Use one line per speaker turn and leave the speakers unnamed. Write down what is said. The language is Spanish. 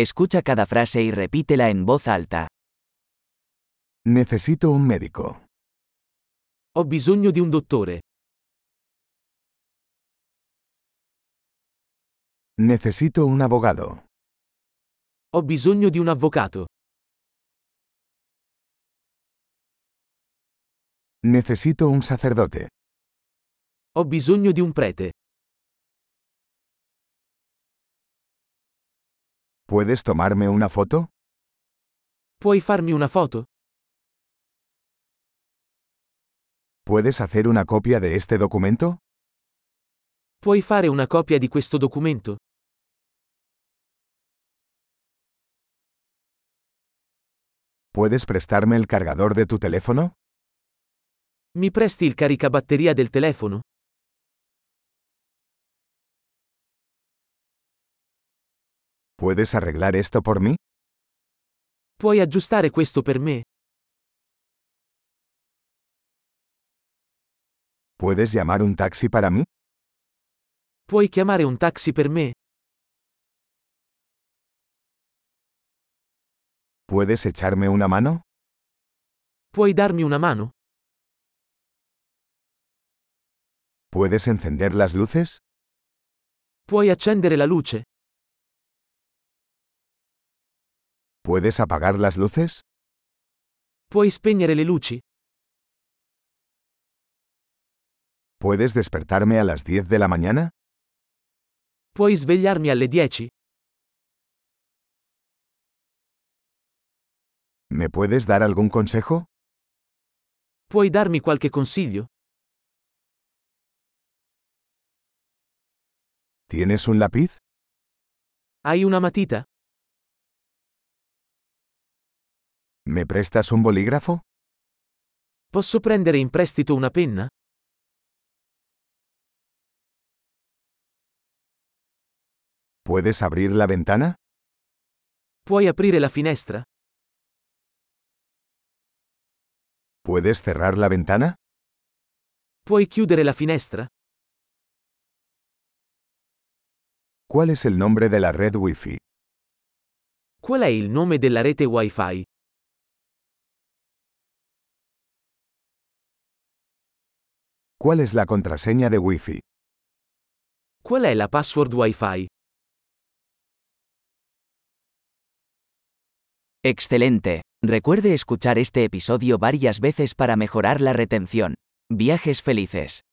Escucha cada frase y repítela en voz alta.
Necesito un médico.
Ho bisogno di un dottore.
Necesito un abogado.
Ho bisogno di un avvocato.
Necesito un sacerdote.
Ho bisogno di un prete.
¿Puedes tomarme una foto?
Puoi farmi una foto?
¿Puedes hacer una copia de este documento?
Puoi fare una copia di questo documento?
¿Puedes prestarme el cargador de tu teléfono?
Mi presti il caricabatteria del telefono?
¿Puedes arreglar esto por mí?
Puoi aggiustare questo per me?
¿Puedes llamar un taxi para mí?
Puoi chiamare un taxi per me?
¿Puedes echarme una mano?
Puoi darmi una mano?
¿Puedes encender las luces?
Puoi accendere la luce?
¿Puedes apagar las luces?
Puoi spegnere le luci?
¿Puedes despertarme a las 10 de la mañana?
Puoi svegliarmi alle 10?
¿Me puedes dar algún consejo?
Puoi darmi qualche consiglio?
¿Tienes un lápiz?
Hai una matita?
¿Me prestas un bolígrafo?
Posso prendere in prestito una penna?
¿Puedes abrir la ventana?
Puoi aprire la finestra?
¿Puedes cerrar la ventana?
Puoi chiudere la finestra?
¿Cuál es el nombre de la red Wi-Fi?
Qual è il nome della rete Wi-Fi?
¿Cuál es la contraseña de Wi-Fi?
Qual è la password Wi-Fi? Excelente. Recuerde escuchar este episodio varias veces para mejorar la retención. Viajes felices.